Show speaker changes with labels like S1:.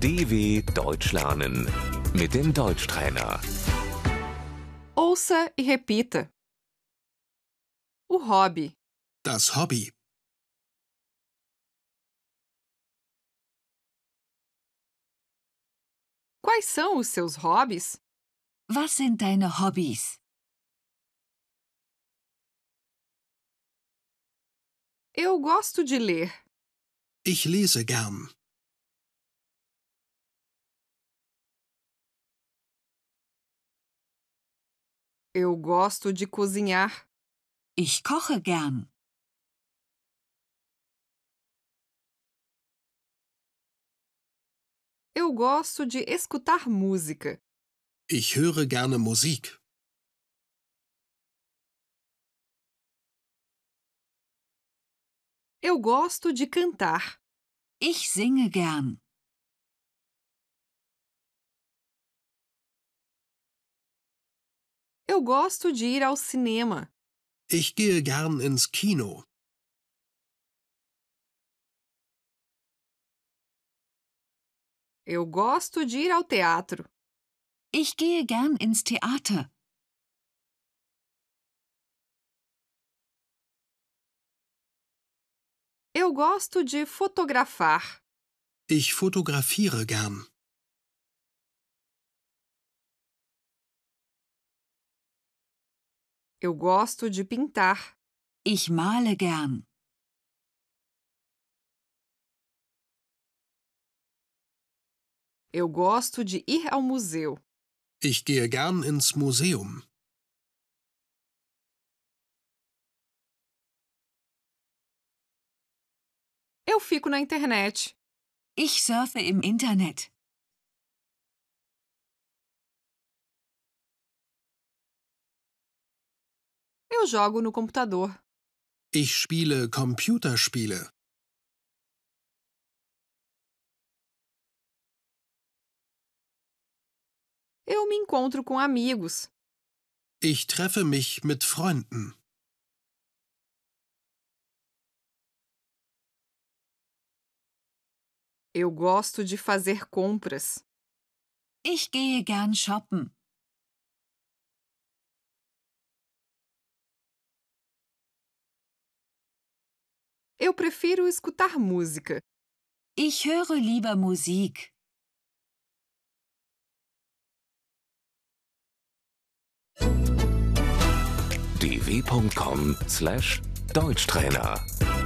S1: DW Deutsch lernen mit dem Deutschtrainer.
S2: Ouça e repita. O hobby,
S3: Das Hobby.
S2: quais são os seus hobbies?
S4: Was sind deine Hobbys?
S2: Eu gosto de ler.
S3: Ich lese gern.
S2: Eu gosto de cozinhar.
S4: Ich koche gern.
S2: Eu gosto de escutar música.
S3: Ich höre gerne Musik.
S2: Eu gosto de cantar.
S4: Ich singe gern.
S2: Eu gosto de ir ao cinema.
S3: Ich gehe gern ins Kino.
S2: Eu gosto de ir ao teatro.
S4: Ich gehe gern ins Theater.
S2: Eu gosto de fotografar.
S3: Ich fotografiere gern.
S2: Eu gosto de pintar.
S4: Ich male gern.
S2: Eu gosto de ir ao museu.
S3: Ich gehe gern ins Museum.
S2: Eu fico na internet.
S4: Ich surfe im Internet.
S2: Eu jogo no computador.
S3: Ich spiele Computerspiele.
S2: Eu me encontro com amigos.
S3: Ich treffe mich mit Freunden.
S2: Eu gosto de fazer compras.
S4: Ich gehe gern shoppen.
S2: Eu prefiro escutar música.
S4: Ich höre lieber Musik.
S1: dw.com/deutschtrainer